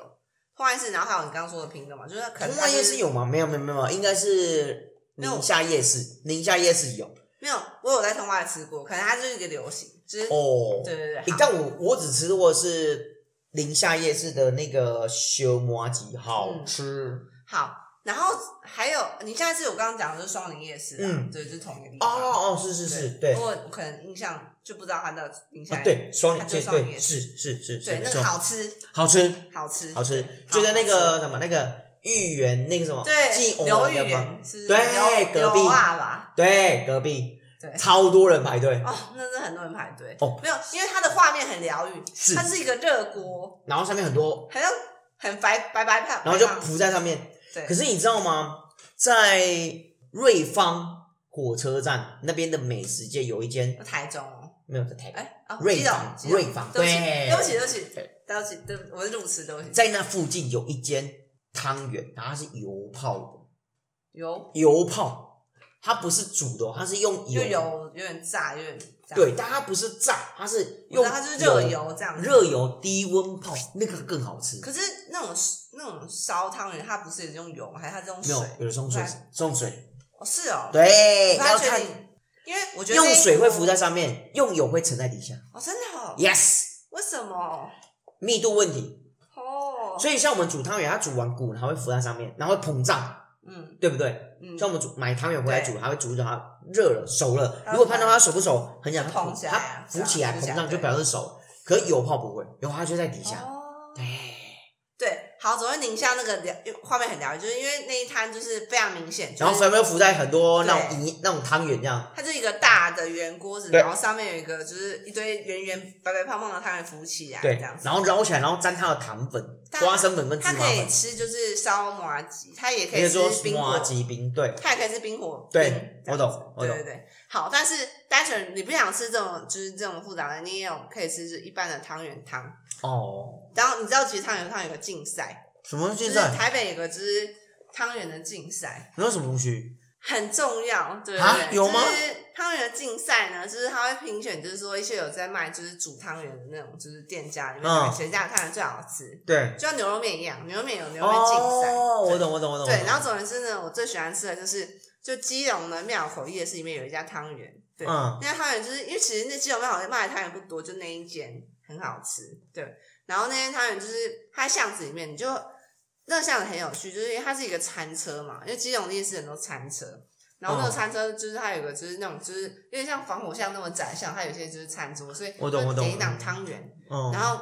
通化夜市，然后还有你刚刚说的平东嘛，就是可能
红外夜市
有
有吗？没有，没有，没有，应该是
没有
宁夏夜市，宁夏夜市有
没有？我有在通化吃过，可能它就是一个流行，就是、
哦。
对对
诶
对，好
但我我只吃过是宁夏夜市的那个修麻吉，好
嗯
吃
好。然后还有，你下次我刚刚讲的就是双林夜市啊，
嗯
对，就是同一个地
哦
方。
哦，是是是，对
我我可能印象就不知道它的印象、
啊对，双
它就
对
双林
对
夜
是是是是
对，
没
那
错
个，好吃，
好吃。
好吃，
好吃，
好
就在那个哦什么那个豫园那个什么
对
进
刘
藕
玉
的吗？
园是
对
刘
隔壁
刘啊吧？
对，隔壁
对
超多人排队，
哦，那是很多人排队
哦
没有，因为它的画面很疗愈，
是
它是一个热锅，
然后上面很多，
好像很白白白胖，
然后就
白胖
浮在上面。
对，
可是你知道吗？在瑞芳火车站那边的美食街有一间
台中哦，
没有在台北，
哎，哦，
瑞
基隆
芳
基隆
瑞芳
对
对
不起，对不起，对不起
对，
对不起，对不起，我是路痴，对不起，
在那附近有一间汤圆，然后它是油泡
油
的，油泡，它不是煮的哦，它是用
就
油
油有点炸，有点这样
对，，但它不是炸，它是
我知
用
道它就是热油这样子。
热油低温泡，那个更好吃。
可是那种那种烧汤圆，它不是也是用油吗？还是它是用
没
水？
有，有的松水
对，
松水，
哦，是哦，
对，
不太
要
确
看
定，因为我觉得
用
这一
水会浮在上面，用油会沉在底下。
哦，真的哦，
Yes，
为什么？
密度问题。
哦，
所以像我们煮汤圆，它煮完骨它会浮在上面，然后会膨胀，
嗯
对不对？
嗯，
像我们煮买汤圆回来煮，
对
它会煮到它热了、熟了。
它
如果判断它熟不熟，很简单，它
膨
浮
起来啊
它浮起来
浮起来
膨胀就
对
表示熟。可是油泡不会，油泡就在底下。
哦，
对，
对，好，总之宁夏那个聊画面很疗愈，就是因为那一摊就是非常明显，
然后
就是
粉粉浮在很多那
对
种泥、那种汤圆这样。
它就是一个大的圆锅子，
对
然后上面有一个就是一堆圆圆白白胖胖的汤圆浮起来，
对
哎这样，子。
然后捞起来，然后沾它的糖粉、
但
花生粉跟芝
它
麻
可以
粉，
吃就是烧麻鸡，它也可
比
以
如
吃
说
冰
麻
火，
吉冰，对
它也可以吃冰火冰。
对，我懂，我
对
懂
对。对，好，但是单纯你不想吃这种就是这种复杂的，你也有可以吃就是一般的汤圆汤。
哦，
然后你知道，其实汤圆汤有个竞赛，
什么东西
就是
在？
台北有个就是汤圆的竞赛，
那是什么东西？
很重要，对不
啊
对？
有吗
就是汤圆的竞赛呢，就是他会评选，就是说一些有在卖就是煮汤圆的那种就是店家里面，
嗯
谁家的汤圆最好吃，
对，
就像牛肉面一样，牛肉面有牛肉面竞赛。
哦，我懂，我懂，我懂。
对，然
后
后总而言之呢，我最喜欢吃的就是就基隆的庙口夜市里面有一家汤圆，对，
嗯
那家汤圆就是因为其实那基隆庙口卖的汤圆不多，就那一间很好吃，对。然后那间汤圆就是它巷子里面，你就那个巷子很有趣，就是因为它是一个餐车嘛，因为基隆夜市很多餐车。然后那个
哦
餐车就是它有个就是那种就是有点像防火巷那么窄巷，它有些就是餐桌，所以
我懂
会
我懂
点一档汤圆，
嗯，
然后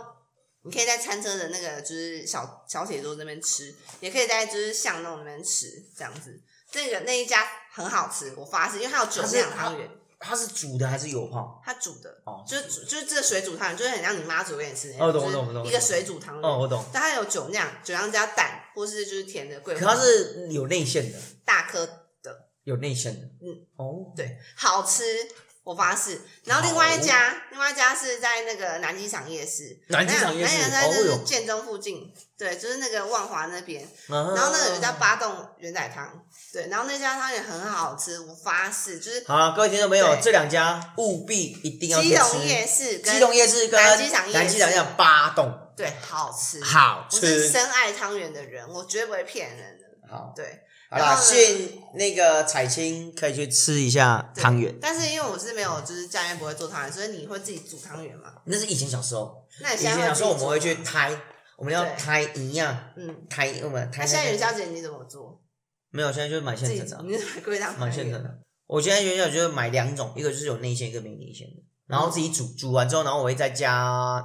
你可以在餐车的那个就是小小铁桌那边吃，也可以在就是巷弄那边吃，这样子。那个那一家很好吃，我发誓，因为它有酒酿汤圆，
它是煮的还是油泡？
它煮的，
哦
就是煮就是这个水煮汤圆，就是很像你妈煮给你吃的，
哦懂
就是
懂懂懂
一个水煮汤圆。
哦，我懂。
但它有酒酿，酒酿加蛋，或是就是甜的桂
可
花，
它是有内馅的，
大颗，
有内馅的。
嗯，
哦，
对，好吃，我发誓。然后另外一家，另外一家是在那个南机场夜市，
南机场夜
南
市
机场
哦
在就是
有
建中附近，对，就是那个万华那边，
然后
然后那有一
嗯
家八栋圆仔汤，对，然后那家汤也很好吃，我发誓，就是
好了，各位听众朋友
对，
这两家务必一定要去
基隆
吃。
夜市跟
基隆夜市跟
南机场夜市
南机场要八栋，
对好吃，
好
我是
吃。
深爱汤圆的人，我绝对不会骗人的，
好，
对。
好
然
啦，
后呢
信那个彩青可以去吃一下
对
汤圆，
但是因为我是没有，就是家里面不会做汤圆，所以你会自己煮汤圆嘛？
那是以前小时候，
那你
以
现
前
在会
小时
自己做
候我们会去
吗
胎，我们要
对
胎一样，
嗯，
胎我们
那
胎
现在
那
元
个
宵节你怎么做？
没有，现在就是买
自
现
己
成
煮，
的啊，
你是买贵档
买
汤
现
圆？
成
哦
的。我现在学校就是买两种，一个就是有内馅，一个没内馅的，然后自己煮，煮完之后，然后我会再加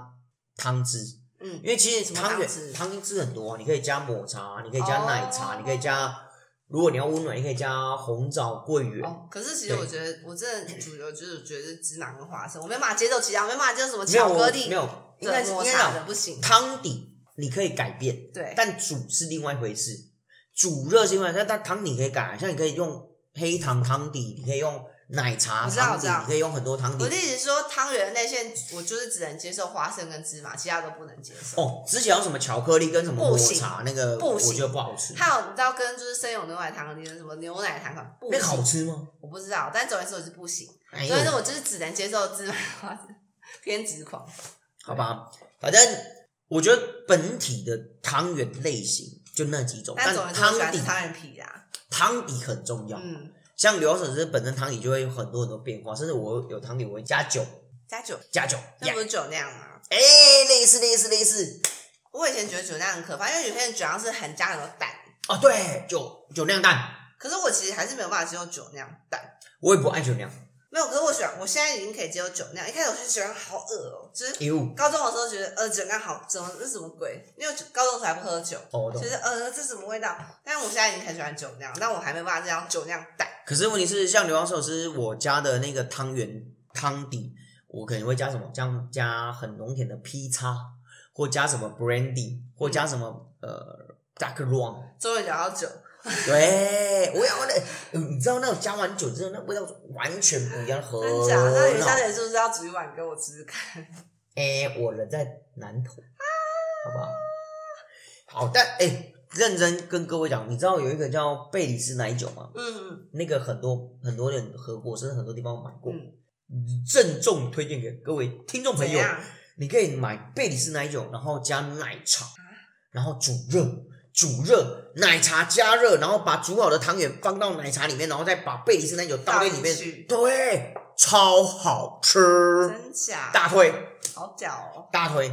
汤汁，
嗯
因为其实
什么
汤圆
汤汁
汤汁很多啊，你可以加抹茶，你可以加奶茶，
哦
你可以加，如果你要温暖，你可以加红枣桂圆，
哦，可是其实
对
我觉得，我真的主流就是觉得是芝麻跟花生，我没办法接受其他，我没办法接受什么
没有
巧克力
没有，应该
的
是应
抹
该
茶
讲
的不行。
汤底你可以改变，
对，
但煮是另外一回事。煮热是另外一回事，但汤底可以改，像你可以用黑糖汤底，你可以用奶茶
我知道
汤
我
底
知道，
你可以用很多汤底
我的。意思是说，汤圆的内馅我就是只能接受花生跟芝麻，其他都不能接受。
哦，之前有什么巧克力跟什么抹
不行
茶那个，
不
我
行
觉得不好吃。
还有你知道跟就是生有牛奶糖，你的什么牛奶糖啊不
那个好
行，
吃吗？
我不知道，但总而言之我是不行，
哎呦
所以，说我就是只能接受芝麻花生，偏执狂。
好吧，反正我觉得本体的汤圆类型就那几种，
但总而言之我喜
汤
欢
底
吃汤圆皮啊，汤
汤底很重要。
嗯，
像刘婶是本身汤底就会有很多很多变化，甚至我有汤底我会加酒，
加酒，
加酒，
那不是酒酿吗？
哎、类似类似类似，
我以前觉得酒酿很可怕，因为有些人酒酿是很加很多蛋，
哦，对，酒酒酿蛋，
可是我其实还是没有办法接受酒酿蛋。
我也不爱酒酿，
没有，可是我喜欢，我现在已经可以接受酒酿。一开始我觉得酒酿好恶哦、就是
哎呦，哦，
高中的时候觉得，呃，酒酿好，怎么这什么鬼？因为高中才不喝酒，
哦我懂
就。是呃，这什么味道？但我现在已经很喜欢酒酿，但我还没办法这样酒酿蛋。
可是问题是，像刘王寿司我加的那个汤圆汤底，我可能会加什么？像加很浓甜的劈叉，或加什么 brandy，或加什么、呃 dark rum。
终于聊到酒，
对，我要那、嗯你知道那种加完酒之后，那味道完全不一样，很
真假？那元宵
好。
节是不是要煮一碗给我吃吃看？
哎、我人在南投，好不好？好，但哎、认真跟各位讲，你知道有一个叫贝里斯奶酒吗？
嗯
那个很多很多人喝过，甚至很多地方买过。
嗯
郑重推荐给各位听众朋
怎
友，
样？
你可以买贝里斯奶酒，然后加奶茶，然后煮热，煮热奶茶加热，然后把煮好的汤圆放到奶茶里面，然后再把贝里斯奶酒倒在里面
倒进去，
对，超好吃，
真假？
大推
好屌哦，
大推，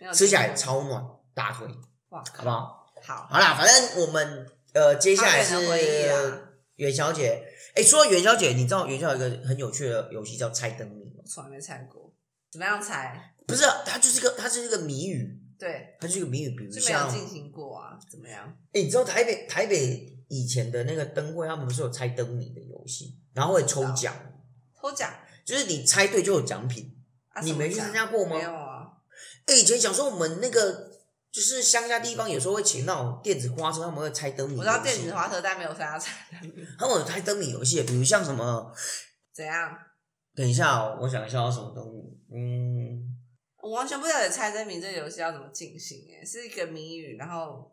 没有
吃起来
听过
超暖，大推，
哇，
好不好？
好，
好啦，反正我们呃，接下来是
汤圆的回忆啊
元宵节。哎、说到元宵节，你知道元宵有一个很有趣的游戏叫猜灯谜吗？
我从来没猜过，怎么样猜？
不是啊，它就是一个，它是一个谜语，
对，
它就是一个谜语。比如
就没有
像，
进行过啊，怎么样？
哎、你知道台北台北以前的那个灯会，他们不是有猜灯谜的游戏，然后会抽奖，
抽奖
就是你猜对就有奖品。
啊？
你
什么
没去
奖
参加过吗
没有啊，
哎、以前小时候我们那个就是乡下地方，有时候会请那种电子花车，他们会猜灯谜。
我知道电子，花车，但没有参加猜
他们有猜灯谜游戏，比如像什么。
怎样？
等一下、哦，我想一下要什么东西。嗯，
我完全不了解猜灯谜这个游戏要怎么进行、欸，是一个谜语，然后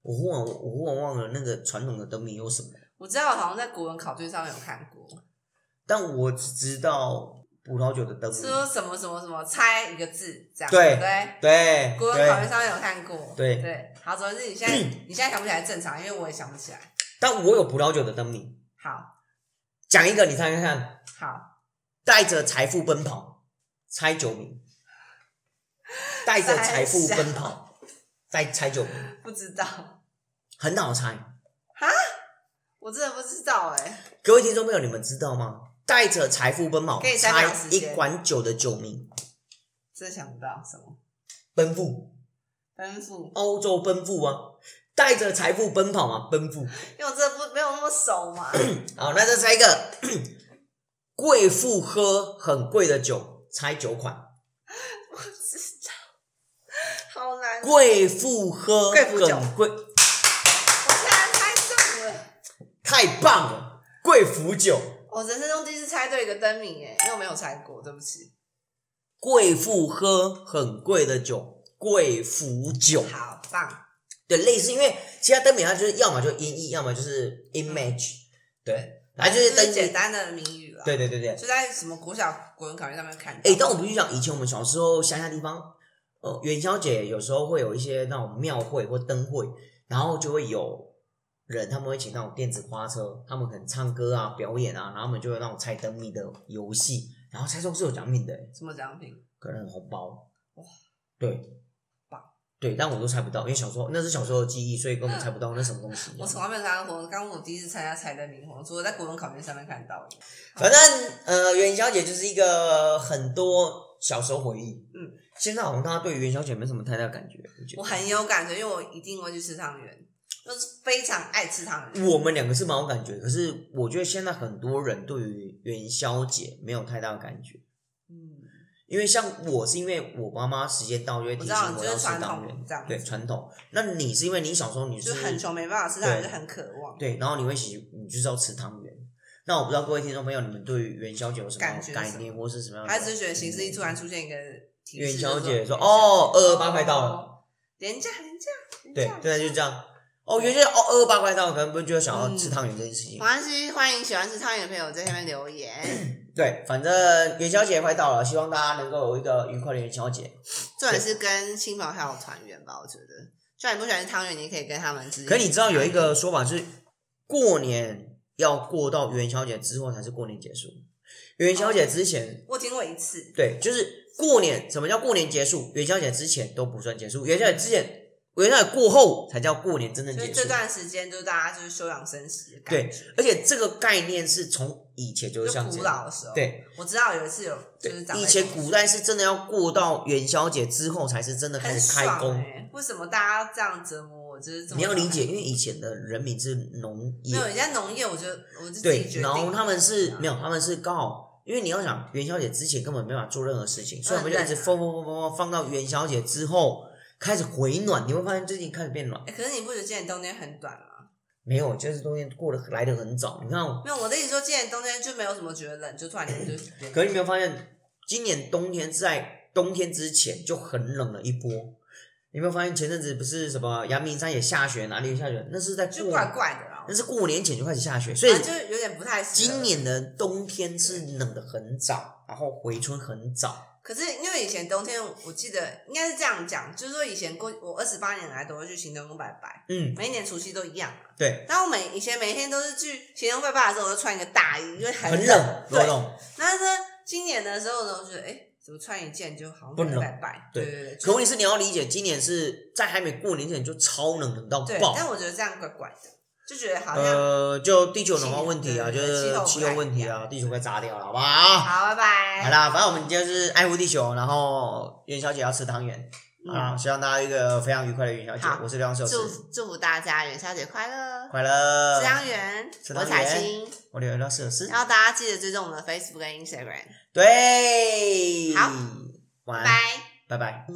我忽然我忽然忘了那个传统的灯谜有什么，
我知道我好像在国文考卷上面有看过，
但我只知道葡萄酒的灯谜
是。说什么什么什么猜一个字这样，
嗯对
不对？
对
国文考
对
卷，上面有看过，
对嗯
对，好，总之你现在你现在想不起来正常，因为我也想不起来。
但我有葡萄酒的灯谜。
好，
讲一个，你猜看看，
好，
带着财富奔跑，猜酒名。带着财富奔跑，再猜酒名，
不知道，
很好猜。
我真的不知道哎、
各位听众朋友，你们知道吗？带着财富奔跑
可以，再
猜
秒时
一
间
款酒的酒名。
真的想不到什么
奔赴，
奔赴，
欧洲奔赴啊，带着财富奔跑啊，奔赴。
因为我真的不没有那么熟 嘛。
好，那再猜一个，贵妇喝很贵的酒，猜酒款。
不知道，好难。我
贵妇喝
贵妇酒
很贵，
竟然猜中了，
太棒了！贵腐酒，
我人生中第一次猜对一个灯谜哎，因为我没有猜过，对不起。
贵妇喝很贵的酒，贵腐酒。
好棒，
对，类似，因为其他灯谜它就是要么就音译，要么就是 image，对，反正就是
这
灯
是简
谜。
单的谜语了。
对，对对对。
就在什么国小国文考卷上面看到。
哎、但我必须讲，以前我们小时候乡下地方，呃，元宵节有时候会有一些那种庙会或灯会，然后就会有人他们会请那种电子花车，他们可能唱歌啊、表演啊，然后他们就会有那种猜灯谜的游戏，然后猜中是有奖品的、
什么奖品？
可能有红包。
哇，
对
棒，
对，但我都猜不到，因为小时候那是小时候的记忆，所以根本猜不到那什么东西。
我从来没有参加过国文，刚我第一次参加猜灯谜活动，除了在国文考卷上面看到。
反正呃，元宵节就是一个很多小时候回忆。
嗯，
现在好像大家对于元宵节没什么太大感觉。我觉得
我很有感觉，因为我一定会去吃汤圆，就是非常爱吃汤圆。
我们两个是蛮有感觉，可是我觉得现在很多人对于元宵节没有太大的感觉，
嗯，
因为像我是因为我妈妈时间到就会提
我
醒
知道
我
你就
要
是
吃
传
汤
统
圆
这样，子
对传统。那你是因为你小时候你
就是很穷，没办法吃汤圆，
对
就很渴望。
对，然后你会喜你就是要吃汤圆。那我不知道各位听众朋友，你们对于元宵节有什么
感觉是
概
什么
念，或是什么样的？嗯
他只是觉得形式一突然出现一个提示
元宵节
就
说哦228快到了
哦，廉价廉价廉
对
价，。
现在就这样。哦，元宵节哦，二二八快到，可能不就想要
嗯
吃汤圆这件事情
没。关系，欢迎喜欢吃汤圆的朋友在下面留言。
对，反正元宵节快到了，希望大家能够有一个愉快的元宵节。
重点是跟亲朋好友团圆吧，我觉得。就算你不喜欢吃汤圆，你也可以跟他们之间。
可你知道有一个说法是，过年要过到元宵节之后才是过年结束。元宵节之前，
我听过一次，
对，就是过年。什么叫过年结束？元宵节之前都不算结束，元宵节之前，元宵节过后才叫过年真正
就
结
是这
束。
段时间就是大家就是休养生息的感
对
觉，，
而且这个概念是从以前就是
就
像这
古
样。
老的时候。，
对，
我知道有一次有就是长辈
以前古代是真的要过到元宵节之后才是真的开
很
始开
爽
工。
欸为什么大家这样折磨我？就是这么
你要理解，
早
因为以前的人民是农业
没有，人家农业，我就我就自己
对
决，定。
然后他们是没
有，
有，他们是刚好，因为你要想元宵节之前根本没办法做任何事情，所以他们就
嗯
一直
对啊
放放放放放放到元宵节之后开始回暖，你会发现最近开始变暖。
欸可是你不觉得今年冬天很短吗？
没有，就是冬天过得来的很早。你看我，
没有，我的意思说，今年冬天就没有什么觉得冷，就突然间就觉得
可是你有没有发现，今年冬天在冬天之前就很冷了一波。你有没有发现前阵子不是什么阳明山也下雪，哪里也下雪？那是在
就
过
怪怪的啦。
那是过年前就开始下雪，嗯所以
反正就有点不太适合
今年的冬天是冷的很早，然后回春很早。
可是因为以前冬天，我记得应该是这样讲，就是说以前过我二十八年来都会去行天宫拜拜，
嗯，
每一年除夕都一样嘛。
对，
然后我每以前每天都是去行天宫拜拜的时候，我都穿一个大衣，因为很
很冷，
对
多，冷。
但是呢今年的时候呢，我觉得哎、诶怎么穿一件就好像
不冷
拜拜，
对
对对对。
可问题是你要理解，今年是在还没过年前就超冷，冷到
对，
爆。
但我觉得这样怪怪的，就觉得好像、
呃，就地球暖化问题啊，
气对
就
气
是气
候不太
候问题
一
啊，
样
地球快炸掉了，好不好？
好，拜拜。
好啦，反正我们就是哎爱护地球，然后元宵节要吃汤圆
嗯
啊，希望大家有一个非常愉快的元宵节
好。
我是刘洋寿
祝
司，
祝福大家元宵节快乐，
快乐
吃，汤圆，
吃
我
汤圆
彩青，
我刘洋寿司
然，后大家记得追踪我们的 Facebook 跟 Instagram，
对，
好，
晚
拜
安，
拜。
拜拜。